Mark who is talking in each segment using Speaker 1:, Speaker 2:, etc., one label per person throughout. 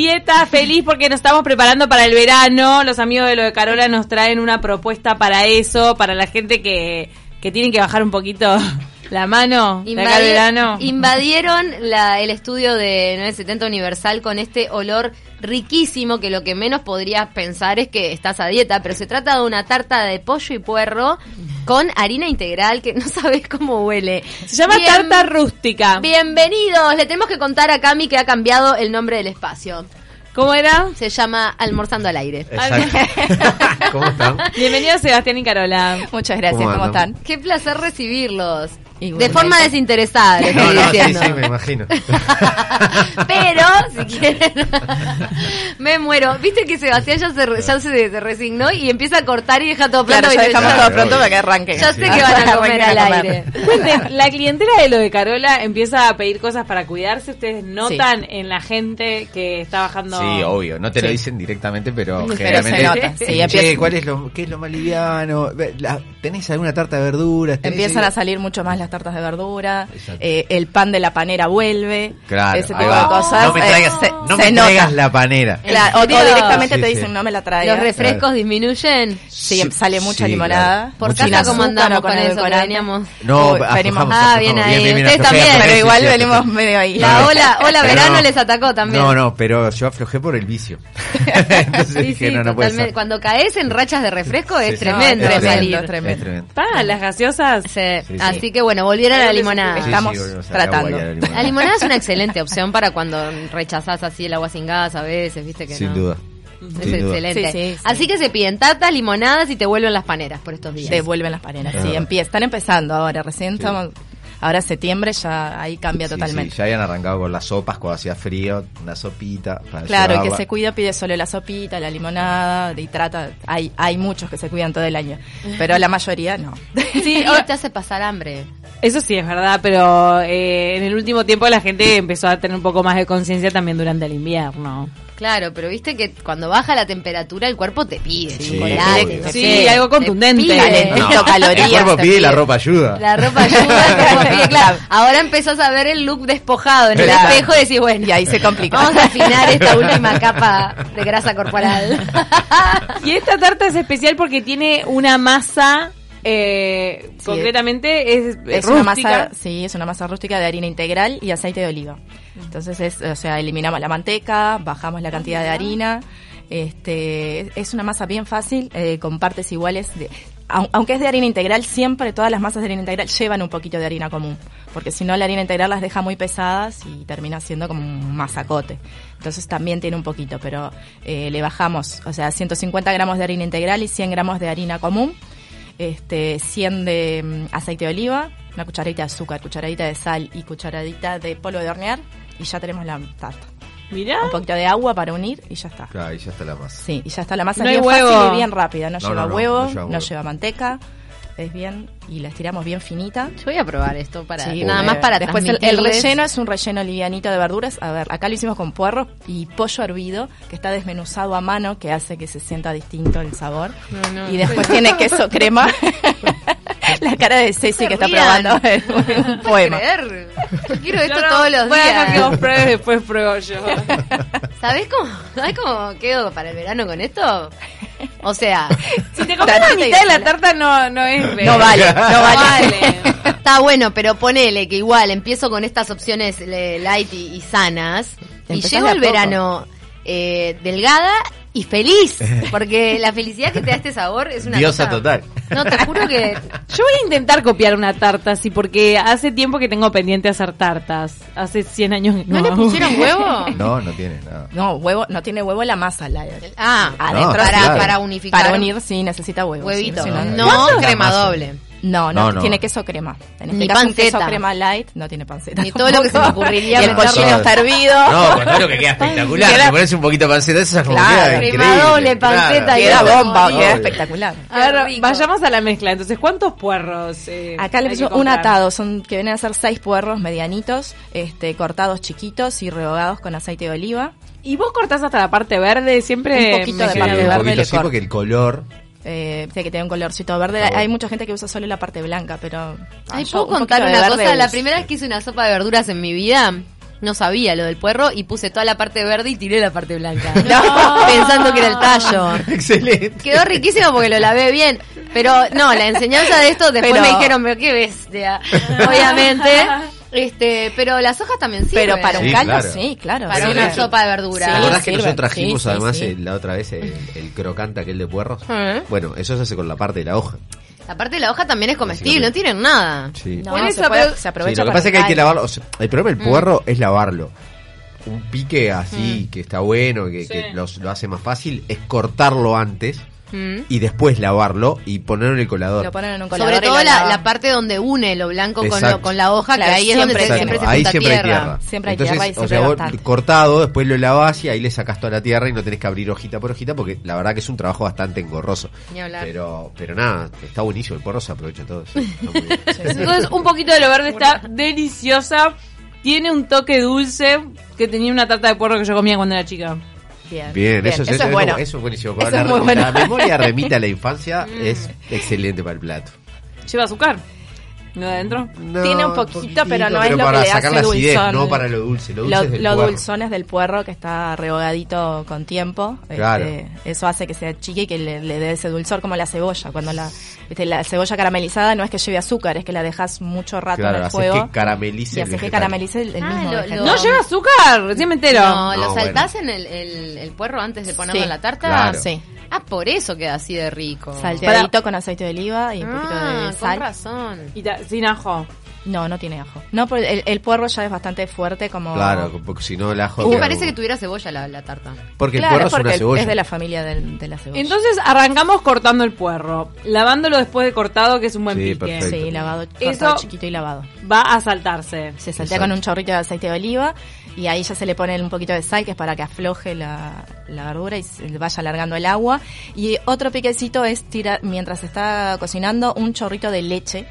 Speaker 1: dieta feliz porque nos estamos preparando para el verano. Los amigos de lo de Carola nos traen una propuesta para eso, para la gente que, que tiene que bajar un poquito la mano de acá al
Speaker 2: Invadi-
Speaker 1: verano.
Speaker 2: Invadieron la- el estudio de 970 Universal con este olor riquísimo que lo que menos podrías pensar es que estás a dieta, pero se trata de una tarta de pollo y puerro con harina integral que no sabes cómo huele.
Speaker 1: Se llama
Speaker 2: Bien-
Speaker 1: tarta rústica.
Speaker 2: Bienvenidos, le tenemos que contar a Cami que ha cambiado el nombre del espacio.
Speaker 1: ¿Cómo era?
Speaker 2: Se llama Almorzando al Aire.
Speaker 3: Eh. Exacto. ¿Cómo están?
Speaker 1: Bienvenidos Sebastián y Carola.
Speaker 4: Muchas gracias,
Speaker 3: ¿Cómo
Speaker 4: ¿cómo,
Speaker 3: andan?
Speaker 4: están?
Speaker 2: Qué placer recibirlos.
Speaker 4: Igualmente.
Speaker 2: De forma desinteresada, le
Speaker 3: No,
Speaker 2: estoy
Speaker 3: no, sí,
Speaker 2: diciendo.
Speaker 3: sí, me imagino.
Speaker 2: Pero, si quieren, me muero. Viste que Sebastián ya se, re- ya se, se resignó y empieza a cortar y deja todo plano.
Speaker 4: Claro, ya dejamos
Speaker 3: Claro,
Speaker 4: todo pronto
Speaker 3: obvio.
Speaker 4: para que arranque. Ah.
Speaker 2: Yo sé que van a comer al aire.
Speaker 1: Cuenten, la clientela de lo de Carola empieza a pedir cosas para cuidarse. Ustedes notan en la gente que está bajando.
Speaker 3: Sí, obvio. No te lo
Speaker 4: Sí.
Speaker 3: dicen directamente, pero
Speaker 4: Pero
Speaker 3: generalmente.
Speaker 4: se nota. Sí,
Speaker 3: Che,
Speaker 4: empie-
Speaker 3: ¿cuál es lo, ¿qué es lo más liviano? Ve, la- ¿Tenés alguna tarta de verduras? ¿Tenés
Speaker 4: Empiezan
Speaker 3: algo?
Speaker 4: a salir mucho más las tartas de verdura,
Speaker 3: Exacto.
Speaker 4: eh, el pan de la panera vuelve,
Speaker 3: Claro,
Speaker 4: ese
Speaker 3: ahí
Speaker 4: tipo
Speaker 3: va.
Speaker 4: de cosas.
Speaker 3: No me
Speaker 4: eh,
Speaker 3: traigas,
Speaker 4: se-
Speaker 3: no
Speaker 4: se
Speaker 3: me
Speaker 4: nota.
Speaker 3: traigas la panera.
Speaker 4: Claro, o, o
Speaker 1: serio?
Speaker 4: directamente
Speaker 3: Sí,
Speaker 4: te
Speaker 3: sí.
Speaker 4: dicen no me la
Speaker 2: Los
Speaker 3: ¿eh?
Speaker 4: traigas.
Speaker 2: refrescos disminuyen.
Speaker 4: Sí, em, sale mucha
Speaker 3: Sí,
Speaker 4: limonada.
Speaker 3: claro.
Speaker 2: Por
Speaker 3: Mucha
Speaker 2: casa,
Speaker 3: limonada.
Speaker 2: ¿cómo andamos
Speaker 4: Con
Speaker 2: con, eso? que
Speaker 4: edulcorante.
Speaker 2: veníamos?
Speaker 3: No,
Speaker 4: Uy, venimos-
Speaker 3: aflojamos,
Speaker 2: Ah,
Speaker 3: aflojamos.
Speaker 2: bien ahí. Ustedes
Speaker 3: aflojé,
Speaker 2: también,
Speaker 3: aflojé,
Speaker 4: Pero
Speaker 3: sí,
Speaker 4: igual
Speaker 3: sí,
Speaker 4: venimos
Speaker 3: aflojé.
Speaker 4: medio ahí.
Speaker 2: La
Speaker 3: Claro.
Speaker 2: ola, ola
Speaker 3: Ah. Pero
Speaker 2: verano
Speaker 3: no.
Speaker 2: les atacó también.
Speaker 3: No, no, pero yo aflojé por el vicio. Entonces
Speaker 2: Sí,
Speaker 3: dije,
Speaker 2: sí,
Speaker 3: no, no puede
Speaker 2: totalmente.
Speaker 3: ser.
Speaker 2: Cuando caes en rachas de refresco es
Speaker 3: Sí, sí,
Speaker 2: tremendo
Speaker 3: es
Speaker 2: salir.
Speaker 3: tremendo,
Speaker 4: es tremendo.
Speaker 3: es tremendo.
Speaker 1: Pa, las gaseosas.
Speaker 2: Sí,
Speaker 3: Sí, sí.
Speaker 2: Así que bueno, volvieron a la limonada.
Speaker 3: Sí,
Speaker 4: Estamos
Speaker 3: volvemos a la
Speaker 4: tratando.
Speaker 3: guaya de
Speaker 2: La limonada es una excelente opción para cuando rechazás así el agua sin gas a veces, viste que
Speaker 3: Sin
Speaker 2: no.
Speaker 3: duda.
Speaker 2: Es
Speaker 3: sin duda.
Speaker 2: excelente.
Speaker 4: Sí, sí, sí.
Speaker 2: Así que se piden tartas, limonadas y te vuelven las paneras por estos días.
Speaker 4: Devuelven las paneras,
Speaker 3: Es
Speaker 4: sí,
Speaker 3: verdad.
Speaker 4: empie- están empezando ahora, recién
Speaker 3: Ah. Sí.
Speaker 4: estamos, ahora septiembre ya ahí cambia
Speaker 3: Sí,
Speaker 4: totalmente.
Speaker 3: sí, ya habían arrancado con las sopas cuando hacía frío, una sopita. para
Speaker 4: Claro, el
Speaker 3: llevar.
Speaker 4: que se cuida pide solo la sopita, la limonada, y trata. Hay, hay muchos que se cuidan todo el año, pero la mayoría no.
Speaker 2: Sí, hoy te hace pasar hambre.
Speaker 1: Eso sí es verdad, pero eh, en el último tiempo la gente empezó a tener un poco más de conciencia también durante el invierno.
Speaker 2: Claro, pero viste que cuando baja la temperatura el cuerpo te pide
Speaker 3: Sí,
Speaker 2: chocolate,
Speaker 3: obvio.
Speaker 2: no
Speaker 1: Sí,
Speaker 2: sé,
Speaker 1: algo
Speaker 2: te
Speaker 1: contundente.
Speaker 2: pide.
Speaker 4: Calentito,
Speaker 3: No,
Speaker 4: calorías,
Speaker 3: El cuerpo
Speaker 4: te
Speaker 3: pide y la
Speaker 4: pide.
Speaker 3: ropa ayuda.
Speaker 2: La ropa ayuda, el cuerpo pide, claro. Ahora empezás a ver el look despojado en el
Speaker 4: Claro.
Speaker 2: espejo y decís, bueno,
Speaker 4: Y ahí se complica.
Speaker 2: vamos a afinar esta última capa de grasa corporal.
Speaker 1: Y esta tarta es especial porque tiene una masa, eh,
Speaker 4: Sí,
Speaker 1: concretamente es,
Speaker 4: Es
Speaker 1: rústica.
Speaker 4: una masa, sí, es una masa rústica de harina integral y aceite de oliva. Entonces es, o sea, eliminamos la manteca, bajamos la cantidad de harina. Este, es una masa bien fácil, eh, con partes iguales. De, au- aunque es de harina integral, siempre todas las masas de harina integral llevan un poquito de harina común, porque si no la harina integral las deja muy pesadas y termina siendo como un masacote. Entonces también tiene un poquito, pero eh, le bajamos, o sea, 150 gramos de harina integral y 100 gramos de harina común este, 100 de mm, aceite de oliva, una cucharadita de azúcar, cucharadita de sal y cucharadita de polvo de hornear y ya tenemos la tarta.
Speaker 1: Mirá.
Speaker 4: Un poquito de agua para unir y ya está.
Speaker 3: Claro, y ya está la masa.
Speaker 4: Sí, y ya está. La masa
Speaker 1: No
Speaker 4: es
Speaker 1: hay
Speaker 4: bien
Speaker 1: huevo.
Speaker 4: fácil y bien rápida. No,
Speaker 3: No,
Speaker 4: lleva
Speaker 3: no, no,
Speaker 4: huevo,
Speaker 3: no lleva
Speaker 4: no
Speaker 3: huevo.
Speaker 4: lleva manteca. Es bien y la estiramos bien finita.
Speaker 2: Yo voy a probar esto para
Speaker 4: Sí,
Speaker 2: nada
Speaker 4: eh,
Speaker 2: más para
Speaker 4: Después el, el
Speaker 2: transmitirles.
Speaker 4: relleno es un relleno livianito de verduras. A ver, acá lo hicimos con puerro y pollo hervido, que está desmenuzado a mano, que hace que se sienta distinto el sabor.
Speaker 2: no.
Speaker 4: y después tiene queso crema. La cara de Ceci que está
Speaker 2: rían.
Speaker 4: probando un poema.
Speaker 2: creer. Yo quiero esto
Speaker 1: No, no,
Speaker 2: todos los
Speaker 1: voy a dejar que vos
Speaker 2: días.
Speaker 1: pruebes, después pruebo yo.
Speaker 2: ¿Sabés cómo, ¿Sabés cómo quedo para el verano con esto? O sea,
Speaker 1: Si te comes la mitad de la tarta no, no es
Speaker 4: No vale, no vale.
Speaker 2: está bueno, pero ponele que igual empiezo con estas opciones le- light y, y sanas y
Speaker 4: Empezás
Speaker 2: llego
Speaker 4: de a
Speaker 2: al
Speaker 4: poco.
Speaker 2: verano eh, delgada y feliz, porque la felicidad que te da este sabor es una
Speaker 3: Diosa
Speaker 2: cosa-
Speaker 3: total.
Speaker 2: No, te juro que
Speaker 1: Yo voy a intentar copiar una tarta, sí, porque hace tiempo que tengo pendiente hacer tartas. Hace 100 años que no
Speaker 2: ¿No le
Speaker 1: hago.
Speaker 2: pusieron huevo?
Speaker 3: No, no tiene nada.
Speaker 4: No, huevo, no tiene huevo la masa. La,
Speaker 2: Ah,
Speaker 4: adentro,
Speaker 2: para,
Speaker 3: claro.
Speaker 2: para unificar.
Speaker 4: para unir, sí, necesita huevo. sí,
Speaker 2: Huevito. Ah,
Speaker 4: sí, no, no.
Speaker 2: No,
Speaker 3: ¿Cuánto?
Speaker 2: crema doble.
Speaker 4: No,
Speaker 3: No,
Speaker 4: no,
Speaker 3: no.
Speaker 4: tiene queso crema. En este
Speaker 2: Ni
Speaker 4: caso, un queso
Speaker 2: panceta.
Speaker 4: crema light no tiene panceta.
Speaker 2: Ni todo lo que se me ocurriría
Speaker 4: Y el
Speaker 2: meterle.
Speaker 4: cochino está hervido.
Speaker 3: No, con todo lo que queda espectacular.
Speaker 4: Queda-
Speaker 3: Te pones un poquito de panceta, eso es como
Speaker 4: Claro,
Speaker 3: queda
Speaker 2: crema
Speaker 3: increíble.
Speaker 2: doble, panceta
Speaker 3: claro.
Speaker 2: y
Speaker 4: Queda
Speaker 2: Claro.
Speaker 4: bomba,
Speaker 3: Obvio.
Speaker 4: queda espectacular.
Speaker 1: A
Speaker 2: Qué
Speaker 1: ver,
Speaker 2: rico.
Speaker 1: vayamos a la mezcla. Entonces, ¿cuántos puerros? eh,
Speaker 4: Acá le
Speaker 1: hay que
Speaker 4: pusimos un
Speaker 1: comprar?
Speaker 4: atado, son que vienen a ser seis puerros medianitos, este, cortados chiquitos y rehogados con aceite de oliva.
Speaker 1: ¿Y vos cortás hasta la parte verde? Siempre
Speaker 4: Un poquito de
Speaker 3: Sí,
Speaker 1: me-
Speaker 4: parte
Speaker 3: un
Speaker 4: verde
Speaker 3: poquito
Speaker 4: le
Speaker 3: sí,
Speaker 4: corto.
Speaker 3: porque el color.
Speaker 4: Eh, sé que tiene un colorcito verde.
Speaker 3: Está bueno.
Speaker 4: Hay mucha gente que usa solo la parte blanca, pero. ah,
Speaker 2: Ay,
Speaker 4: yo
Speaker 2: ¿puedo
Speaker 4: un
Speaker 2: contar
Speaker 4: poquito de
Speaker 2: una
Speaker 4: verde
Speaker 2: cosa? La
Speaker 4: uso.
Speaker 2: primera vez que hice una sopa de verduras en mi vida, no sabía lo del puerro y puse toda la parte verde y tiré la parte blanca. No. Pensando que era el tallo.
Speaker 3: Excelente.
Speaker 2: Quedó riquísimo porque lo lavé bien. Pero no, la enseñanza de esto después
Speaker 4: Pero-
Speaker 2: me dijeron, pero qué bestia. Obviamente. Este, pero las hojas también sirven.
Speaker 4: Pero para un
Speaker 3: Sí,
Speaker 4: caldo,
Speaker 3: claro.
Speaker 4: sí, claro.
Speaker 2: Para
Speaker 4: sí.
Speaker 2: una sopa de verduras.
Speaker 4: Sí,
Speaker 3: ¿Te acordás que
Speaker 4: Ah, sirve.
Speaker 3: nosotros trajimos
Speaker 4: Sí, sí,
Speaker 3: además
Speaker 4: sí. Ah.
Speaker 3: el- la otra vez el, el crocante aquel de puerros?
Speaker 2: Ujú.
Speaker 3: Bueno, eso se hace con la parte de la hoja.
Speaker 2: La parte de la hoja también es comestible, no tienen nada.
Speaker 3: Sí.
Speaker 4: No,
Speaker 1: Por
Speaker 4: se
Speaker 1: eso,
Speaker 4: puede-
Speaker 1: pero-
Speaker 4: se
Speaker 3: Sí,
Speaker 4: aprovecha
Speaker 3: lo que
Speaker 4: para Mm.
Speaker 3: pasa es que hay que
Speaker 4: caldo.
Speaker 3: lavarlo. o sea, el problema del puerro es lavarlo. Un pique
Speaker 4: Mm.
Speaker 3: así, que está bueno, que, que los- lo hace más fácil, es cortarlo antes
Speaker 2: Mm.
Speaker 3: y después lavarlo y ponerlo en el colador.
Speaker 4: Lo ponen en un colador
Speaker 2: Sobre
Speaker 4: y
Speaker 2: todo
Speaker 4: lo
Speaker 2: la,
Speaker 4: lavan.
Speaker 2: la parte donde une lo blanco con,
Speaker 3: Exacto.
Speaker 2: lo- con la hoja,
Speaker 4: Claro,
Speaker 2: que ahí es donde
Speaker 4: siempre
Speaker 2: se-
Speaker 4: hay
Speaker 3: Exacto,
Speaker 2: siempre se
Speaker 3: ahí
Speaker 2: junta
Speaker 3: siempre hay
Speaker 2: tierra.
Speaker 3: tierra.
Speaker 4: Siempre hay
Speaker 3: Entonces,
Speaker 4: tierra y
Speaker 3: o
Speaker 4: siempre
Speaker 3: sea,
Speaker 4: hay
Speaker 3: vos
Speaker 4: bastante.
Speaker 3: cortado, después lo lavás y ahí le sacás toda la tierra y no tenés que abrir hojita por hojita porque la verdad que es un trabajo bastante engorroso.
Speaker 2: Ni hablar.
Speaker 3: Pero, pero nada, está buenísimo, el puerro se aprovecha todo. sí, está muy bien.
Speaker 1: Entonces, un poquito de lo verde está deliciosa. Tiene un toque dulce que tenía una tarta de puerro que yo comía cuando era chica.
Speaker 4: Bien,
Speaker 3: Bien, eso, es- eso es
Speaker 4: bueno.
Speaker 3: Eso es buenísimo.
Speaker 4: Eso
Speaker 3: la,
Speaker 4: es muy bueno. Mm.
Speaker 3: la memoria remita a la infancia es excelente para el plato.
Speaker 1: Lleva azúcar. ¿No de adentro?
Speaker 3: No,
Speaker 4: Tiene un poquito, pero no es lo que
Speaker 3: para
Speaker 4: le
Speaker 3: sacar
Speaker 4: hace
Speaker 3: la acidez,
Speaker 4: dulzón.
Speaker 3: no para lo dulce. Lo dulce
Speaker 4: Lo,
Speaker 3: es del
Speaker 4: lo
Speaker 3: puerro.
Speaker 4: dulzón es del puerro que está rehogadito con tiempo.
Speaker 3: Claro.
Speaker 4: Este, eso hace que se achique y que le, le dé ese dulzor como la cebolla. Cuando la, viste, la cebolla caramelizada no es que lleve azúcar, es que la dejas mucho rato
Speaker 3: Claro,
Speaker 4: en el
Speaker 3: haces
Speaker 4: fuego.
Speaker 3: que caramelice el
Speaker 4: y haces que
Speaker 3: vegetal.
Speaker 4: caramelice el, el
Speaker 2: Ah,
Speaker 4: mismo
Speaker 2: lo-
Speaker 4: vegetal.
Speaker 2: lo-
Speaker 1: ¿No lleva azúcar? Recién me entero.
Speaker 2: No, lo
Speaker 3: No,
Speaker 2: saltás en el, el, el puerro antes de ponerlo
Speaker 4: Sí,
Speaker 2: en la tarta.
Speaker 3: claro.
Speaker 4: Sí.
Speaker 2: Ah, por eso queda así de rico.
Speaker 4: Salteadito con aceite de oliva y un poquito
Speaker 2: Ah,
Speaker 4: de
Speaker 2: con
Speaker 4: sal.
Speaker 2: razón.
Speaker 1: Y ta- sin ajo.
Speaker 4: No, no tiene ajo. No, porque el, el puerro ya es bastante fuerte como...
Speaker 3: Claro, porque si no el ajo...
Speaker 2: Y
Speaker 3: queda
Speaker 2: Uh, parece
Speaker 3: como-
Speaker 2: que tuviera cebolla la, la tarta.
Speaker 3: Porque
Speaker 4: Claro,
Speaker 3: el puerro es
Speaker 4: porque
Speaker 3: una
Speaker 4: el-
Speaker 3: cebolla.
Speaker 4: es de la familia del- de la cebolla.
Speaker 1: Entonces arrancamos cortando el puerro, lavándolo después de cortado, que es un buen
Speaker 3: Sí,
Speaker 1: pique.
Speaker 3: perfecto.
Speaker 4: sí, lavado,
Speaker 1: Eso-
Speaker 4: cortado chiquito y lavado.
Speaker 1: Va a saltarse.
Speaker 4: Se saltea
Speaker 3: Exacto.
Speaker 4: con un chorrito de aceite de oliva y ahí ya se le pone un poquito de sal, que es para que afloje la, la verdura y se le vaya alargando el agua. Y otro piquecito es tirar, mientras se está cocinando, un chorrito de leche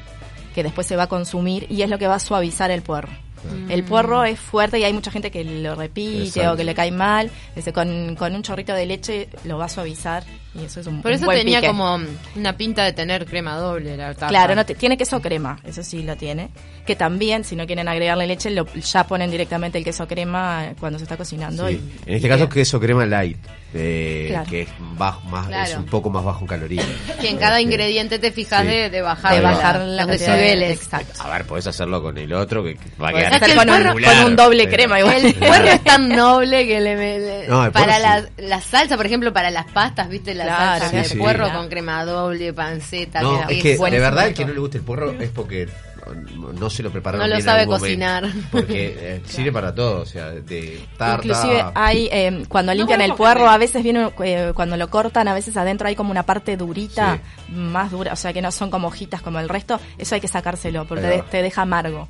Speaker 4: que después se va a consumir y es lo que va a suavizar el puerro.
Speaker 2: Mm.
Speaker 4: El puerro es fuerte y hay mucha gente que lo repite
Speaker 3: Exacto.
Speaker 4: o que le cae mal. Ese, con, con un chorrito de leche lo va a suavizar y eso es un
Speaker 2: Por
Speaker 4: un
Speaker 2: eso
Speaker 4: buen
Speaker 2: tenía
Speaker 4: pique.
Speaker 2: como una pinta de tener crema doble la tarta.
Speaker 4: Claro, no te- tiene queso crema, eso sí lo tiene. Que también, si no quieren agregarle leche, lo, ya ponen directamente el queso crema eh, cuando se está cocinando.
Speaker 3: Sí.
Speaker 4: y-
Speaker 3: En este caso queso crema light, eh,
Speaker 4: Claro.
Speaker 3: que es bajo, más, es
Speaker 2: Claro.
Speaker 3: un poco más bajo en calorías.
Speaker 2: Que en cada
Speaker 3: Este,
Speaker 2: ingrediente te fijas
Speaker 3: Sí.
Speaker 2: de, de bajar,
Speaker 3: De bajar
Speaker 2: los-
Speaker 4: la
Speaker 2: los
Speaker 4: cantidad de-
Speaker 2: decibeles.
Speaker 4: exacto.
Speaker 3: A ver, podés hacerlo con el otro que que va a
Speaker 4: Podés
Speaker 3: quedar
Speaker 4: hacer con un-
Speaker 3: espectacular,
Speaker 4: con un doble
Speaker 3: pero-
Speaker 4: crema igual.
Speaker 2: El puerro es tan noble que le, me- le-
Speaker 3: No, el puerro
Speaker 2: para
Speaker 3: sí.
Speaker 2: la, la salsa, por ejemplo, para las pastas, viste la
Speaker 4: Claro,
Speaker 2: salsa
Speaker 3: sí,
Speaker 2: de
Speaker 3: sí.
Speaker 2: puerro
Speaker 4: Claro.
Speaker 2: con crema doble, panceta,
Speaker 3: No,
Speaker 2: la-
Speaker 3: es que de
Speaker 2: buenísimo
Speaker 3: verdad el
Speaker 2: esto.
Speaker 3: que no le gusta el porro es porque no- no se lo prepararon
Speaker 2: No lo
Speaker 3: bien en
Speaker 2: sabe
Speaker 3: algún momento.
Speaker 2: cocinar.
Speaker 3: porque eh, sirve para todo, o sea, de tarta.
Speaker 4: Inclusive hay, eh, cuando
Speaker 1: No
Speaker 4: limpian el
Speaker 1: conozco
Speaker 4: puerro,
Speaker 1: gente.
Speaker 4: a veces viene, eh, cuando lo cortan, a veces adentro hay como una parte durita, más dura, o sea que no son como hojitas como el resto, eso hay que sacárselo, porque
Speaker 3: Ahí
Speaker 4: de-
Speaker 3: va.
Speaker 4: te deja amargo,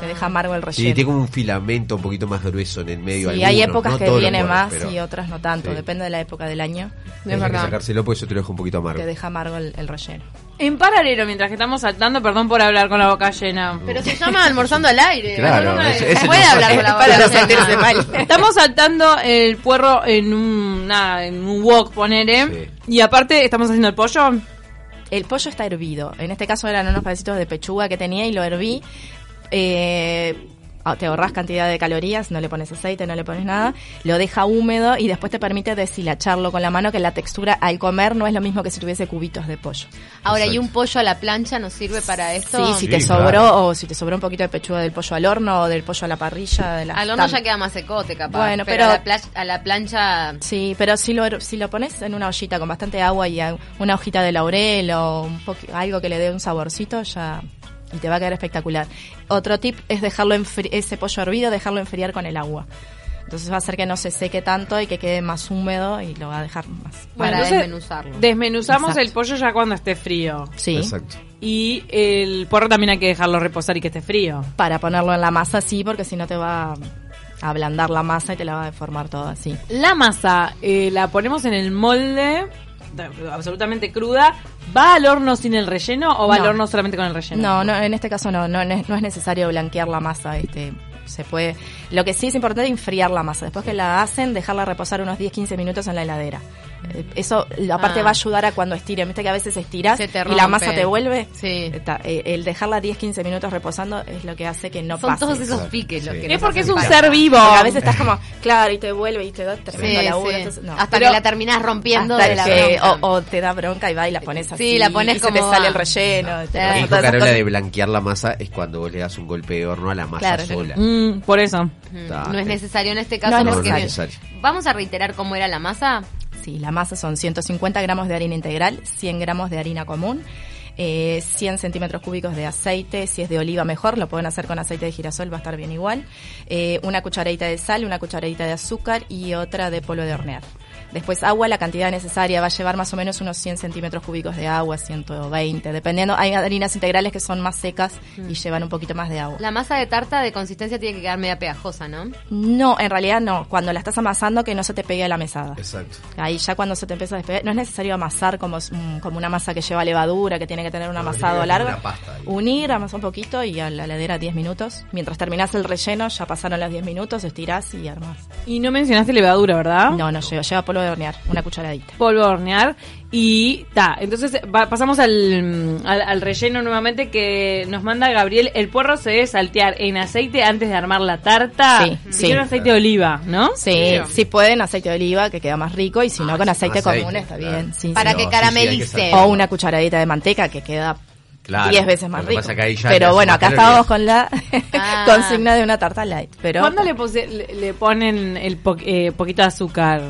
Speaker 4: te deja amargo el
Speaker 3: Sí,
Speaker 4: relleno.
Speaker 3: tiene como un filamento un poquito más grueso en el medio.
Speaker 4: Sí, hay
Speaker 3: algunos,
Speaker 4: épocas
Speaker 3: no
Speaker 4: que
Speaker 3: todos los
Speaker 4: viene
Speaker 3: puerros,
Speaker 4: más
Speaker 3: pero
Speaker 4: y otras no tanto,
Speaker 3: Sí.
Speaker 4: depende de la época del año,
Speaker 3: tenés que
Speaker 2: verdad.
Speaker 3: sacárselo porque eso te lo deja un poquito amargo.
Speaker 4: te deja amargo el, el relleno.
Speaker 1: En paralelo, mientras que estamos saltando, perdón por hablar con la boca llena.
Speaker 2: Pero se llama almorzando al aire.
Speaker 3: Claro,
Speaker 2: ¿no?
Speaker 3: ese-
Speaker 2: Se
Speaker 3: ese
Speaker 2: puede
Speaker 3: no
Speaker 2: hablar
Speaker 3: fue-
Speaker 2: con la
Speaker 3: para
Speaker 2: boca
Speaker 3: no
Speaker 2: llena.
Speaker 3: sentirse mal.
Speaker 1: Estamos saltando el puerro en un, nada, en un wok, ponele. Y aparte, estamos haciendo el pollo.
Speaker 4: El pollo está hervido. En este caso eran unos pedacitos de pechuga que tenía y lo herví. Eh, ah, te ahorras cantidad de calorías, no le pones aceite, no le pones nada. Lo deja húmedo y después te permite deshilacharlo con la mano, que la textura al comer no es lo mismo que si tuviese cubitos de pollo.
Speaker 2: Ahora, ¿y un pollo a la plancha nos sirve para esto?
Speaker 4: Sí, si te
Speaker 3: Sí,
Speaker 4: sobró
Speaker 3: claro.
Speaker 4: o si te sobró un poquito de pechuga del pollo al horno o del pollo a la parrilla. De la
Speaker 2: Al horno ya queda más secote, capaz.
Speaker 4: Bueno,
Speaker 2: pero,
Speaker 4: pero-
Speaker 2: a, la pla- a la plancha...
Speaker 4: Sí, pero si lo, her- si lo pones en una ollita con bastante agua y a- una hojita de laurel o un poqui- algo que le dé un saborcito, ya y te va a quedar espectacular. Otro tip es dejarlo enfri- ese pollo hervido, dejarlo enfriar con el agua. Entonces va a hacer que no se seque tanto y que quede más húmedo y lo va a dejar más.
Speaker 2: Para
Speaker 1: entonces,
Speaker 2: desmenuzarlo.
Speaker 1: Desmenuzamos
Speaker 4: Exacto.
Speaker 1: el pollo ya cuando esté frío.
Speaker 4: Sí.
Speaker 3: Exacto.
Speaker 1: Y el puerro también hay que dejarlo reposar y que esté frío.
Speaker 4: Para ponerlo en la masa sí, porque si no te va a ablandar la masa y te la va a deformar todo así.
Speaker 1: La masa eh, la ponemos en el molde, da- absolutamente cruda. ¿Va al horno sin el relleno o va
Speaker 4: No.
Speaker 1: al horno solamente con el relleno?
Speaker 4: No, no, en este caso no, no, no es no es necesario blanquear la masa, este, se puede, lo que sí es importante es enfriar la masa, después que la hacen, dejarla reposar unos 10-15 minutos en la heladera. Eh, Eso aparte
Speaker 2: Ah.
Speaker 4: va a ayudar a cuando estiren. Viste que a veces estiras
Speaker 2: Se te
Speaker 4: y la masa
Speaker 2: rompe.
Speaker 4: te vuelve.
Speaker 2: Sí.
Speaker 4: Está, eh, el dejarla 10-15 minutos reposando es lo que hace que no
Speaker 2: Son
Speaker 4: pase.
Speaker 2: todos esos
Speaker 3: Claro,
Speaker 2: piques los
Speaker 3: sí.
Speaker 2: que
Speaker 1: Es
Speaker 2: nos
Speaker 1: porque es
Speaker 2: hacen
Speaker 1: un
Speaker 2: falta.
Speaker 1: ser vivo.
Speaker 4: Porque a veces estás como, claro, y te vuelve y te da tremendo
Speaker 2: Sí,
Speaker 4: laburo.
Speaker 2: sí.
Speaker 4: entonces, no.
Speaker 2: Hasta
Speaker 1: Pero-
Speaker 2: que la terminás rompiendo
Speaker 4: Hasta
Speaker 2: de la
Speaker 4: que-
Speaker 2: bronca.
Speaker 4: o, o te da bronca y va y la pones así.
Speaker 2: la pones
Speaker 4: y
Speaker 2: como
Speaker 4: se te sale
Speaker 2: va.
Speaker 4: el relleno.
Speaker 2: Claro.
Speaker 3: Lo
Speaker 4: te
Speaker 3: que
Speaker 4: pasan
Speaker 3: dijo
Speaker 4: todas esas
Speaker 3: Carola
Speaker 4: cosas.
Speaker 3: de blanquear la masa es cuando vos le das un golpe de horno a la masa
Speaker 4: Claro, claro.
Speaker 3: sola.
Speaker 1: Mm, por eso.
Speaker 2: Mm,
Speaker 3: Está,
Speaker 2: no es
Speaker 3: te-
Speaker 2: necesario en este
Speaker 4: No
Speaker 2: caso
Speaker 4: es
Speaker 2: porque
Speaker 3: necesario.
Speaker 2: vamos a reiterar cómo era la masa.
Speaker 4: Sí, la masa son 150 gramos de harina integral, 100 gramos de harina común, eh, 100 centímetros cúbicos de aceite, si es de oliva mejor, lo pueden hacer con aceite de girasol, va a estar bien igual, eh, una cucharadita de sal, una cucharadita de azúcar y otra de polvo de hornear. Después agua, la cantidad necesaria, va a llevar más o menos unos 100 centímetros cúbicos de agua, 120, dependiendo, hay harinas integrales que son más secas y llevan un poquito más de agua.
Speaker 2: La masa de tarta de consistencia tiene que quedar media pegajosa, ¿no?
Speaker 4: No, en realidad no, cuando la estás amasando que no se te pegue a la mesada.
Speaker 3: Exacto.
Speaker 4: Ahí ya cuando se te empieza a despegar, no es necesario amasar como, s- mm, como una masa que lleva levadura, que tiene que tener un amasado
Speaker 3: tiene que tener
Speaker 4: largo.
Speaker 3: una pasta ahí.
Speaker 4: Unir, amasar un poquito y a la heladera 10 minutos. Mientras terminás el relleno, ya pasaron los 10 minutos, estirás y armás.
Speaker 1: Y no mencionaste levadura, ¿verdad?
Speaker 4: No, no lleva, lleva polvo de hornear, una cucharadita.
Speaker 1: polvo a hornear y ta. Entonces va- pasamos al, mm, al, al relleno nuevamente que nos manda Gabriel. El puerro se debe saltear en aceite antes de armar la tarta.
Speaker 4: Sí,
Speaker 1: Si
Speaker 4: sí.
Speaker 1: quieren aceite de oliva, ¿no?
Speaker 4: Sí, si pueden aceite de oliva, que queda más rico, y si
Speaker 3: Ah,
Speaker 4: no, con aceite común está bien. sí,
Speaker 2: Para
Speaker 4: sí.
Speaker 2: que caramelice.
Speaker 4: O una cucharadita de manteca, que queda 10
Speaker 3: Claro,
Speaker 4: veces más
Speaker 3: lo que
Speaker 4: rico.
Speaker 3: pasa que ahí ya le
Speaker 4: Pero
Speaker 3: hace
Speaker 4: bueno,
Speaker 3: más
Speaker 4: acá
Speaker 3: calor
Speaker 4: estábamos
Speaker 3: que-
Speaker 4: con la
Speaker 2: Ah.
Speaker 4: consigna de una tarta light. Pero
Speaker 1: ¿Cuándo le, pose- le- le ponen el po- eh, poquito de azúcar?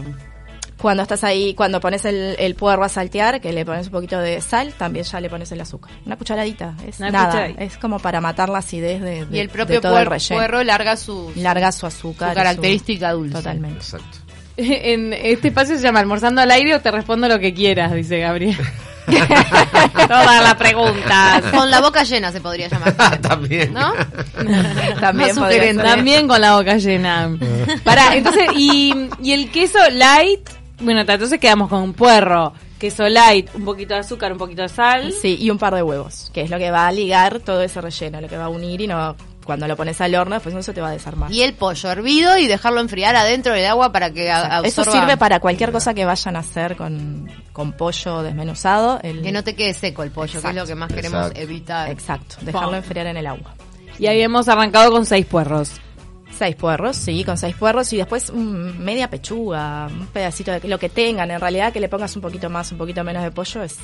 Speaker 4: Cuando estás ahí, cuando pones el, el puerro a saltear, que le pones un poquito de sal, también ya le pones el azúcar. Una cucharadita, es
Speaker 1: Una
Speaker 4: nada.
Speaker 1: cucharadita.
Speaker 4: Es como para matar la acidez de, de-
Speaker 2: Y el
Speaker 4: de
Speaker 2: propio
Speaker 4: todo el
Speaker 2: puer-
Speaker 4: relleno.
Speaker 2: puerro larga su,
Speaker 4: Larga su
Speaker 2: su
Speaker 4: azúcar. y su-
Speaker 2: característica dulce.
Speaker 4: Totalmente.
Speaker 3: Exacto.
Speaker 1: En este espacio se llama almorzando al aire o te respondo lo que quieras, dice Gabriel. Todas las preguntas.
Speaker 2: Con la boca llena se podría llamar.
Speaker 3: Ah, También.
Speaker 2: ¿No?
Speaker 4: También
Speaker 2: Más
Speaker 4: podría
Speaker 2: sugerente.
Speaker 4: ser.
Speaker 1: También con la boca llena. Pará, entonces, y, y el queso light, bueno, ta, entonces quedamos con un puerro, queso light, un poquito de azúcar, un poquito de sal.
Speaker 4: Sí, y un par de huevos, que es lo que va a ligar todo ese relleno, lo que va a unir y no cuando lo pones al horno, después no se te va a desarmar.
Speaker 2: Y el pollo hervido y dejarlo enfriar adentro del agua para que a-
Speaker 4: Exacto. Eso
Speaker 2: absorba-
Speaker 4: sirve para cualquier cosa que vayan a hacer con, con pollo desmenuzado. El,
Speaker 2: que no te quede seco el pollo, que es lo que más queremos
Speaker 3: Exacto.
Speaker 2: evitar.
Speaker 4: Exacto, dejarlo enfriar en el agua.
Speaker 1: Y habíamos arrancado con seis puerros.
Speaker 4: Seis puerros, sí, con seis puerros y después mm, media pechuga, un pedacito de lo que tengan. En realidad, que le pongas un poquito más, un poquito menos de pollo es.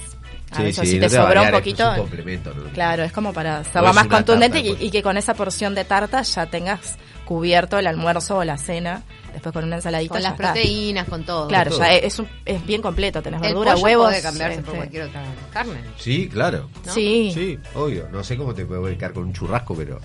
Speaker 4: A
Speaker 3: Sí,
Speaker 4: veces,
Speaker 3: sí,
Speaker 4: si
Speaker 3: no
Speaker 4: te
Speaker 3: te va a
Speaker 4: sobró
Speaker 3: variar,
Speaker 4: un
Speaker 3: esto
Speaker 4: poquito.
Speaker 3: es un complemento, ¿no?
Speaker 4: Claro, es como para.
Speaker 3: No
Speaker 4: saber
Speaker 3: es
Speaker 4: más
Speaker 3: una tarta
Speaker 4: contundente
Speaker 3: pues. de
Speaker 4: y,
Speaker 3: pollo.
Speaker 4: y que con esa porción de tarta ya tengas cubierto el almuerzo o la cena. Después con una ensaladita.
Speaker 2: Con
Speaker 4: ya
Speaker 2: las
Speaker 4: está.
Speaker 2: proteínas, con todo.
Speaker 4: Claro,
Speaker 3: Con
Speaker 4: ya
Speaker 3: todo.
Speaker 4: es, es un- es bien completo. Tenés
Speaker 2: El
Speaker 4: verdura,
Speaker 2: pollo
Speaker 4: huevos.
Speaker 2: puede cambiarse por
Speaker 4: este,
Speaker 2: cualquier otra carne.
Speaker 3: Sí, claro.
Speaker 2: ¿no?
Speaker 4: Sí.
Speaker 3: Sí, obvio. No sé cómo te puedo brincar con un churrasco, pero.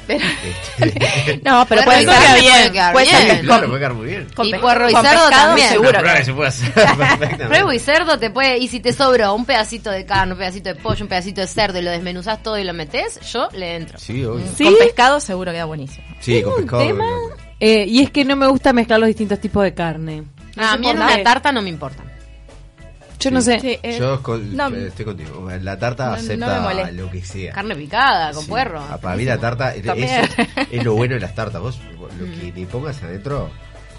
Speaker 4: No,
Speaker 2: Puede
Speaker 4: pero puede
Speaker 2: quedar
Speaker 4: ser
Speaker 2: bien, puede
Speaker 4: bien.
Speaker 2: quedar
Speaker 4: Puede
Speaker 2: bien.
Speaker 4: ser
Speaker 3: claro, puede quedar muy bien.
Speaker 4: con
Speaker 2: Y
Speaker 4: pe-
Speaker 2: puerro y
Speaker 4: con
Speaker 2: cerdo
Speaker 4: pescado,
Speaker 2: también.
Speaker 4: seguro
Speaker 3: Una
Speaker 4: que-
Speaker 3: prueba que se puede hacer perfectamente.
Speaker 2: Pruebo y cerdo te puede, y si te sobró un pedacito de carne, un pedacito de pollo, un pedacito de cerdo y lo desmenuzás todo y lo metes, yo le entro.
Speaker 3: Sí, obvio.
Speaker 1: ¿Sí?
Speaker 4: Con pescado seguro queda buenísimo.
Speaker 3: Sí, con pescado.
Speaker 1: tema?
Speaker 3: creo que-
Speaker 1: Eh, y es que no me gusta mezclar los distintos tipos de carne. No
Speaker 2: Ah,
Speaker 1: sé
Speaker 2: a mí en
Speaker 1: por
Speaker 2: una
Speaker 1: qué.
Speaker 2: tarta no me importa.
Speaker 1: Yo no sé.
Speaker 4: Sí, eh,
Speaker 3: Yo es con-
Speaker 4: no,
Speaker 3: eh, estoy contigo. La tarta
Speaker 4: No, no me
Speaker 3: acepta
Speaker 4: molesta.
Speaker 3: lo que sea.
Speaker 2: Carne picada, con
Speaker 3: Sí.
Speaker 2: puerro.
Speaker 3: Ah, Para mí la tarta es,
Speaker 4: También.
Speaker 3: eso es lo bueno de las tartas. Vos lo que le pongas adentro.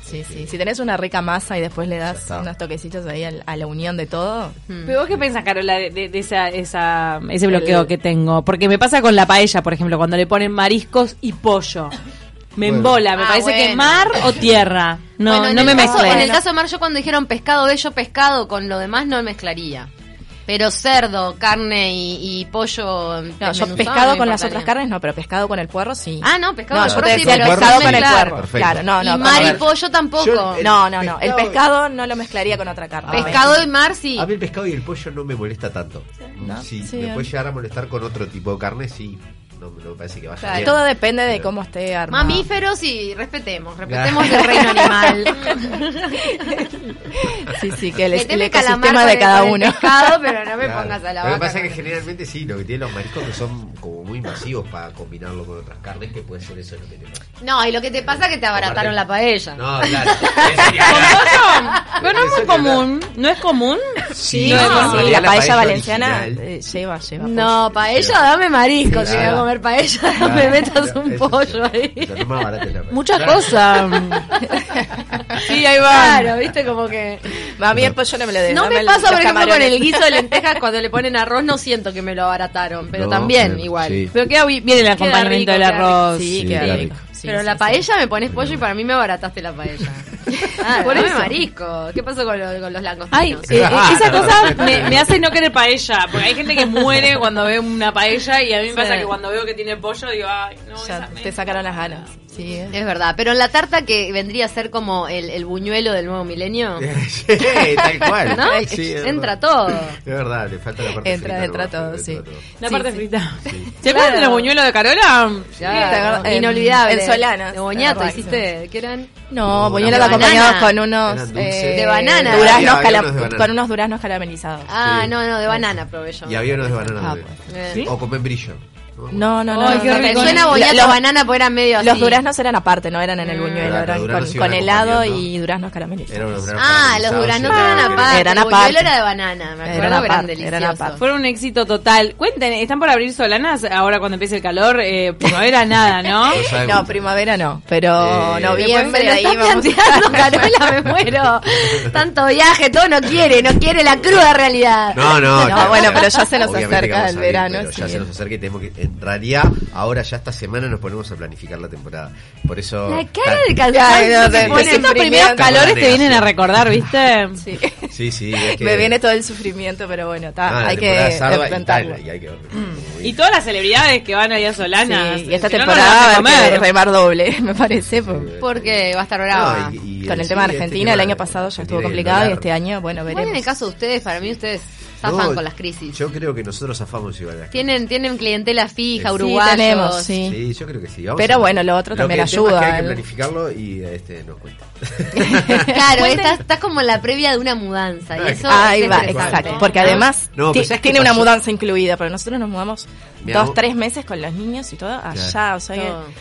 Speaker 4: Sí, sí. Si tenés una rica masa y después le
Speaker 3: Ya
Speaker 4: das
Speaker 3: está.
Speaker 4: unos toquecitos ahí al- a, la unión de todo.
Speaker 2: Hmm.
Speaker 1: ¿Pero vos qué pensás, Carola, de, de- de esa, esa- ese bloqueo
Speaker 4: El-
Speaker 1: que tengo? Porque me pasa con la paella, por ejemplo, cuando le ponen mariscos y pollo. Me
Speaker 3: Bueno.
Speaker 1: embola, me
Speaker 2: Ah,
Speaker 1: parece que
Speaker 2: bueno.
Speaker 1: mar o tierra. No,
Speaker 2: Bueno, en
Speaker 1: no
Speaker 2: el
Speaker 1: me
Speaker 2: caso-
Speaker 1: mezclé.
Speaker 2: En el caso de Mar, yo cuando dijeron pescado bello, pescado, con lo demás no mezclaría. Pero cerdo, carne y, y pollo.
Speaker 4: No,
Speaker 2: desmenuzado
Speaker 4: yo pescado
Speaker 2: me
Speaker 4: con las
Speaker 2: importaría.
Speaker 4: otras carnes no, pero pescado con el puerro sí.
Speaker 2: Ah, no, pescado
Speaker 4: no,
Speaker 2: con el
Speaker 4: yo te
Speaker 2: puerro sí,
Speaker 4: decía
Speaker 2: pero
Speaker 4: pescado
Speaker 2: sin
Speaker 4: con el
Speaker 2: mezclar.
Speaker 4: puerro.
Speaker 3: Perfecto.
Speaker 4: Claro, no, no.
Speaker 2: y
Speaker 4: con-
Speaker 2: mar y
Speaker 3: ver,
Speaker 2: pollo tampoco.
Speaker 3: yo- eh, el-
Speaker 4: No, no, no. El
Speaker 3: pescado-
Speaker 4: pescado no lo mezclaría con otra carne.
Speaker 2: pescado y mar sí.
Speaker 3: A mí el pescado y el pollo no me molesta tanto. Mm,
Speaker 4: ¿no?
Speaker 3: Sí,
Speaker 4: Sí,
Speaker 3: me
Speaker 4: bien.
Speaker 3: puede llegar a molestar con otro tipo de carne, sí. No, no me parece que vaya
Speaker 2: Claro.
Speaker 3: bien.
Speaker 4: Todo depende de
Speaker 3: Pero-
Speaker 4: cómo esté armado.
Speaker 2: Mamíferos y respetemos, respetemos el reino animal.
Speaker 4: Sí, sí, que el, el
Speaker 2: Meteme calamar
Speaker 4: ecosistema
Speaker 2: con
Speaker 4: de
Speaker 2: el-
Speaker 4: cada
Speaker 2: con el
Speaker 4: uno.
Speaker 2: pescado, pero no me
Speaker 3: Claro.
Speaker 2: pongas a la
Speaker 3: Lo
Speaker 2: vaca.
Speaker 3: que pasa es que
Speaker 2: con-
Speaker 3: generalmente sí, lo que tienen los mariscos que son como muy masivos para combinarlo con otras carnes, que puede ser eso lo que te pasa.
Speaker 2: No, y lo que te pasa es que te abarataron la paella.
Speaker 3: No, claro. Eso ni hablar.
Speaker 1: Pero no es muy
Speaker 3: Eso ni hablar.
Speaker 1: común. ¿No es común?
Speaker 3: Sí,
Speaker 1: No, no,
Speaker 4: sí, la paella valenciana
Speaker 3: original.
Speaker 4: eh, lleva, lleva.
Speaker 2: No, paella, dame marisco. Si voy a
Speaker 3: Claro.
Speaker 2: comer paella,
Speaker 3: Claro.
Speaker 2: me metas un
Speaker 3: Eso
Speaker 2: pollo
Speaker 3: sí.
Speaker 2: ahí.
Speaker 3: Lo más barato es la paella.
Speaker 5: Muchas cosas.
Speaker 1: Sí, ahí va.
Speaker 2: Claro, viste como que...
Speaker 4: A mí el pollo no me lo dejo.
Speaker 2: No me
Speaker 4: el-
Speaker 2: pasa,
Speaker 4: los
Speaker 2: por ejemplo, con
Speaker 4: camarones.
Speaker 2: el guiso de lentejas, cuando le ponen arroz no siento que me lo abarataron, pero
Speaker 3: No,
Speaker 2: también
Speaker 3: eh,
Speaker 2: igual.
Speaker 3: sí.
Speaker 2: Pero queda bi-
Speaker 1: Viene el
Speaker 2: queda
Speaker 1: acompañamiento
Speaker 2: rico,
Speaker 1: del
Speaker 2: queda rico.
Speaker 1: arroz.
Speaker 4: Sí,
Speaker 3: Sí,
Speaker 4: queda
Speaker 3: queda
Speaker 4: rico.
Speaker 3: rico.
Speaker 4: Sí,
Speaker 2: pero
Speaker 4: sí,
Speaker 2: la
Speaker 4: sí.
Speaker 2: paella me pones pollo y para mí me abarataste la paella. Ah, poneme marisco. ¿Qué pasó con, lo- con los langostinos?
Speaker 1: Ay, eh, eh, esa cosa me, me hace no querer paella, porque hay gente que muere cuando ve una paella y a mí me pasa
Speaker 2: Sí.
Speaker 1: que cuando veo que tiene pollo digo, ay, no,
Speaker 4: Ya
Speaker 1: esa me-
Speaker 4: te sacaron las ganas. Sí, eh.
Speaker 2: Es verdad, pero en la tarta que vendría a ser como el, el buñuelo del nuevo milenio,
Speaker 3: Sí, tal cual.
Speaker 2: ¿no?
Speaker 3: Sí, es
Speaker 2: Entra
Speaker 3: verdad.
Speaker 2: todo.
Speaker 3: Es verdad, le falta la parte
Speaker 4: Entra,
Speaker 3: frita,
Speaker 4: entra
Speaker 3: ¿no?
Speaker 4: todo, sí.
Speaker 1: La
Speaker 4: Sí,
Speaker 1: parte
Speaker 4: sí.
Speaker 1: frita.
Speaker 3: Sí.
Speaker 1: ¿Se acuerdan de los buñuelos de Carola?
Speaker 2: Claro,
Speaker 4: te acuerdas, en-
Speaker 2: inolvidable.
Speaker 4: en Solanas,
Speaker 2: De boñato
Speaker 4: la verdad que
Speaker 2: hiciste, ¿qué eran?
Speaker 4: No,
Speaker 3: No,
Speaker 4: boñuelos
Speaker 2: de banana.
Speaker 4: acompañados con unos
Speaker 3: Eran dulces.
Speaker 4: eh,
Speaker 2: De banana.
Speaker 4: duraznos
Speaker 3: Había- había
Speaker 4: cala-
Speaker 3: unos de banana.
Speaker 4: con unos duraznos caramelizados.
Speaker 2: Ah,
Speaker 3: Sí.
Speaker 2: no, no, de banana probé yo.
Speaker 3: Y había unos de banana
Speaker 4: Ah,
Speaker 3: también.
Speaker 2: Eh.
Speaker 3: O con membrillo. ¿no?
Speaker 4: No, no, no.
Speaker 1: Ay, qué
Speaker 4: no,
Speaker 2: Me
Speaker 1: rico.
Speaker 2: suena
Speaker 4: Lo-
Speaker 2: boñato
Speaker 4: los-
Speaker 2: banana porque eran medio así.
Speaker 4: Los duraznos eran aparte, no eran en el buñuelo,
Speaker 3: Claro,
Speaker 4: eran
Speaker 3: los
Speaker 4: con,
Speaker 3: duraznos iban
Speaker 4: con helado
Speaker 3: acompañados.
Speaker 4: y duraznos caramelizados.
Speaker 3: Eran unos granos
Speaker 2: Ah, los
Speaker 3: caramelizados,
Speaker 2: duraznos
Speaker 3: sí,
Speaker 2: eran
Speaker 3: eran
Speaker 2: aparte.
Speaker 4: Eran
Speaker 2: el buñuelo
Speaker 4: aparte.
Speaker 2: era de banana, me acuerdo,
Speaker 4: Eran
Speaker 2: pero eran
Speaker 4: aparte, eran
Speaker 2: deliciosos.
Speaker 4: aparte.
Speaker 1: Fue un éxito total. Cuenten, están por abrir solanas ahora cuando empiece el calor, eh, primavera nada, ¿no?
Speaker 3: No sabe
Speaker 4: No,
Speaker 3: mucho.
Speaker 4: primavera no,
Speaker 3: Eh,
Speaker 4: pero
Speaker 2: Me
Speaker 4: noviembre
Speaker 2: lo
Speaker 4: ahí
Speaker 2: estás
Speaker 4: vamos.
Speaker 2: planteando, Carola, me muero. Tanto viaje, todo no quiere, no quiere la cruda realidad.
Speaker 3: No, no,
Speaker 4: No,
Speaker 3: claro,
Speaker 4: bueno,
Speaker 3: claro.
Speaker 4: pero ya se nos
Speaker 3: Obviamente que
Speaker 4: acerca
Speaker 3: vamos
Speaker 4: el
Speaker 3: a abrir, pero
Speaker 4: verano,
Speaker 3: ya
Speaker 4: sí.
Speaker 3: se nos acerca y tenemos que. En realidad, ahora ya esta semana nos ponemos a planificar la temporada. Por eso.
Speaker 2: La cara de
Speaker 4: Ay, no,
Speaker 2: cansado.
Speaker 4: te-
Speaker 2: que
Speaker 1: Porque
Speaker 4: te
Speaker 2: pone
Speaker 1: estos
Speaker 4: siento
Speaker 2: en
Speaker 1: primeros
Speaker 4: primero-
Speaker 1: calores te vienen a recordar, ¿viste?
Speaker 4: Sí.
Speaker 3: Sí, sí. es que-
Speaker 4: Me viene todo el sufrimiento, pero bueno, ta,
Speaker 3: No, Ah, la
Speaker 4: Ah, hay
Speaker 3: temporada
Speaker 4: que
Speaker 3: sarda y tal,
Speaker 4: enfrentarlo.
Speaker 3: Y hay que
Speaker 2: Mm.
Speaker 1: Y todas las celebridades que van allá a Solanas.
Speaker 4: Sí, y esta
Speaker 1: si no, no
Speaker 4: temporada
Speaker 1: las hacen
Speaker 4: va a
Speaker 1: comer.
Speaker 4: remar doble, me parece. pues.
Speaker 2: Porque va a estar brava.
Speaker 3: No, y- y
Speaker 4: Con el
Speaker 3: sí,
Speaker 4: tema de
Speaker 3: este
Speaker 4: Argentina, el
Speaker 3: tema
Speaker 4: año
Speaker 3: de-
Speaker 4: pasado
Speaker 3: Argentina
Speaker 4: ya estuvo
Speaker 3: y el
Speaker 4: complicado y
Speaker 3: dólar.
Speaker 4: este año, bueno,
Speaker 2: Igual en el
Speaker 4: veremos.
Speaker 2: caso de ustedes, para mí ustedes zafan
Speaker 3: No,
Speaker 2: con las crisis.
Speaker 3: Yo creo que nosotros zafamos igual. de las crisis.
Speaker 2: Tienen, tienen clientela fija,
Speaker 3: Sí,
Speaker 2: uruguayos.
Speaker 4: tenemos, sí.
Speaker 3: Sí, yo creo que sí. Vamos
Speaker 4: Pero
Speaker 3: a-
Speaker 4: bueno, lo otro también
Speaker 3: que el tema es
Speaker 4: ayuda, eh.
Speaker 3: que hay que
Speaker 4: ¿no?
Speaker 3: planificarlo y este, nos cuenta.
Speaker 2: Claro, estás, estás como en la previa de una mudanza. Y eso
Speaker 4: Ahí
Speaker 2: es
Speaker 4: va,
Speaker 2: estresante.
Speaker 4: exacto. Porque además
Speaker 3: No, pero
Speaker 4: ti-
Speaker 3: ¿sabes qué
Speaker 4: tiene una
Speaker 3: pasó?
Speaker 4: mudanza incluida, pero nosotros nos mudamos
Speaker 3: Mi
Speaker 4: dos,
Speaker 3: abu-
Speaker 4: tres meses con los niños y todo allá. O sea que-
Speaker 2: Todo.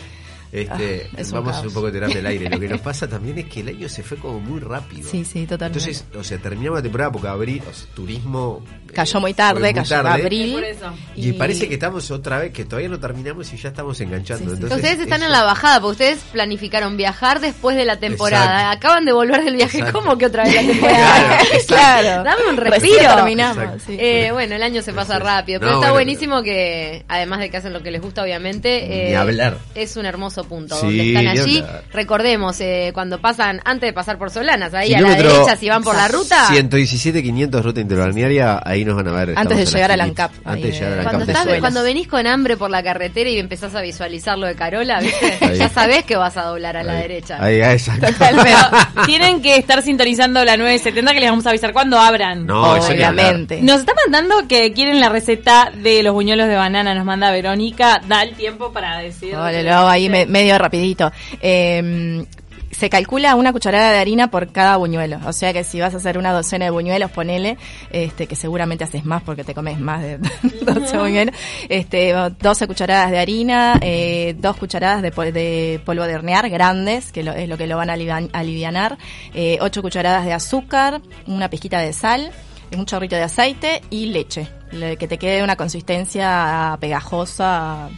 Speaker 3: Este,
Speaker 4: Ah, es un
Speaker 3: vamos
Speaker 4: caos.
Speaker 3: un poco a tirar del aire. Lo que nos pasa también es que el año se fue como muy rápido.
Speaker 4: Sí, sí, totalmente.
Speaker 3: Entonces, o sea, terminamos la temporada porque abril, o sea, turismo. eh,
Speaker 4: cayó muy
Speaker 3: fue
Speaker 4: tarde, cayó abril.
Speaker 1: Por eso.
Speaker 3: Y, parece que estamos otra vez, que todavía no terminamos y ya estamos enganchando.
Speaker 4: Sí, sí.
Speaker 3: Entonces,
Speaker 2: Ustedes están
Speaker 3: eso-
Speaker 2: en la bajada, porque ustedes planificaron viajar después de la temporada.
Speaker 3: Exacto.
Speaker 2: Acaban de volver del viaje.
Speaker 3: Exacto.
Speaker 2: ¿Cómo que otra vez la
Speaker 3: Claro,
Speaker 2: temporada?
Speaker 3: exacto.
Speaker 4: Claro.
Speaker 2: Dame un
Speaker 4: Recién
Speaker 2: respiro.
Speaker 4: terminamos.
Speaker 3: Exacto.
Speaker 4: sí.
Speaker 2: Eh, bueno, el año se pasa
Speaker 3: Gracias.
Speaker 2: rápido,
Speaker 3: No,
Speaker 2: pero está
Speaker 3: bueno,
Speaker 2: buenísimo que, además de que hacen lo que les gusta, obviamente, eh,
Speaker 3: Ni hablar.
Speaker 2: es un hermoso punto.
Speaker 3: Sí,
Speaker 2: donde están
Speaker 3: ni
Speaker 2: allí,
Speaker 3: hablar.
Speaker 2: recordemos, eh, cuando pasan, antes de pasar por Solanas, ahí a
Speaker 3: Kilómetro
Speaker 2: la derecha, si van por la ruta,
Speaker 3: 117, 500 ruta interbalnearia, ahí nos van a ver.
Speaker 4: Antes
Speaker 3: estamos
Speaker 4: de
Speaker 3: en
Speaker 4: llegar
Speaker 3: las
Speaker 4: al
Speaker 3: Philips.
Speaker 4: ANCAP,
Speaker 3: Antes de
Speaker 4: ahí,
Speaker 3: llegar al
Speaker 4: eh,
Speaker 3: ANCAP
Speaker 2: cuando,
Speaker 3: de
Speaker 2: estás-
Speaker 3: Suelas.
Speaker 2: cuando venís con hambre por la carretera y empezás a visualizar lo de Carola, ¿viste?
Speaker 3: Ahí.
Speaker 2: ya sabés que vas a doblar a la
Speaker 3: Ahí.
Speaker 2: derecha.
Speaker 3: Ahí, ah, exacto.
Speaker 1: Pero tienen que estar sintonizando la 970 que les vamos a avisar cuando abran.
Speaker 3: No, eso ni hablar.
Speaker 4: Obviamente.
Speaker 1: Nos está mandando que quieren la receta de los buñuelos de banana, nos manda Verónica. Da el tiempo para decir.
Speaker 4: Vale, lo hago ahí me- medio rapidito. Eh, se calcula una cucharada de harina por cada buñuelo. O sea que si vas a hacer una docena de buñuelos, ponele, este, que seguramente haces más porque te comes más de 12 buñuelos. Este, 12 cucharadas de harina, eh, 2 cucharadas de, pol- de polvo de hornear grandes, que lo- es lo que lo van a alivian- alivianar. eh, 8 cucharadas de azúcar, una pizquita de sal, un chorrito de aceite y leche. Le- que te quede una consistencia pegajosa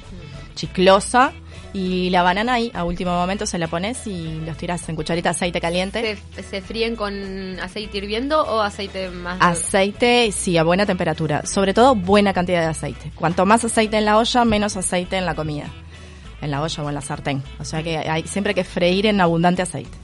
Speaker 4: chiclosa y la banana ahí a último momento se la pones y los tiras en cucharita de aceite caliente.
Speaker 2: ¿Se, se fríen con aceite hirviendo o aceite más?
Speaker 4: Aceite, sí, a buena temperatura. Sobre todo, buena cantidad de aceite. Cuanto más aceite en la olla, menos aceite en la comida. En la olla o en la sartén. O sea que hay siempre que freír en abundante aceite.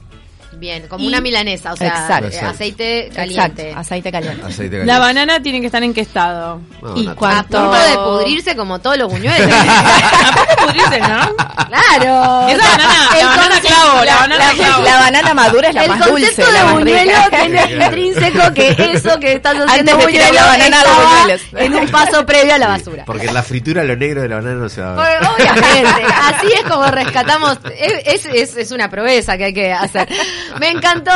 Speaker 2: Bien, como
Speaker 4: Y-
Speaker 2: una milanesa, o sea,
Speaker 4: Exacto.
Speaker 2: eh, aceite caliente.
Speaker 4: Exacto, aceite caliente.
Speaker 3: Aceite
Speaker 1: La
Speaker 3: caliente.
Speaker 1: banana tiene que estar en qué estado.
Speaker 3: No,
Speaker 4: y
Speaker 3: nata.
Speaker 2: A
Speaker 4: cuanto...
Speaker 2: punto de pudrirse como todos los buñuelos.
Speaker 1: Aparte pudrirse, ¿no?
Speaker 2: claro.
Speaker 1: Esa banana, la banana clavo, la banana clavo.
Speaker 4: La banana madura es la
Speaker 2: el
Speaker 4: más
Speaker 2: concepto
Speaker 4: dulce. la
Speaker 2: de
Speaker 4: más
Speaker 2: buñuelo
Speaker 4: rica.
Speaker 2: tiene intrínseco que eso que estás
Speaker 4: Antes
Speaker 2: haciendo
Speaker 4: de tirar la banana a los
Speaker 2: estaba
Speaker 4: buñuelos.
Speaker 2: en un paso previo a la basura.
Speaker 3: Porque en la fritura lo negro de la banana no se va a ver.
Speaker 2: Por- Obviamente, así es como rescatamos. Es, es, es una proeza que hay que hacer. Me encantó.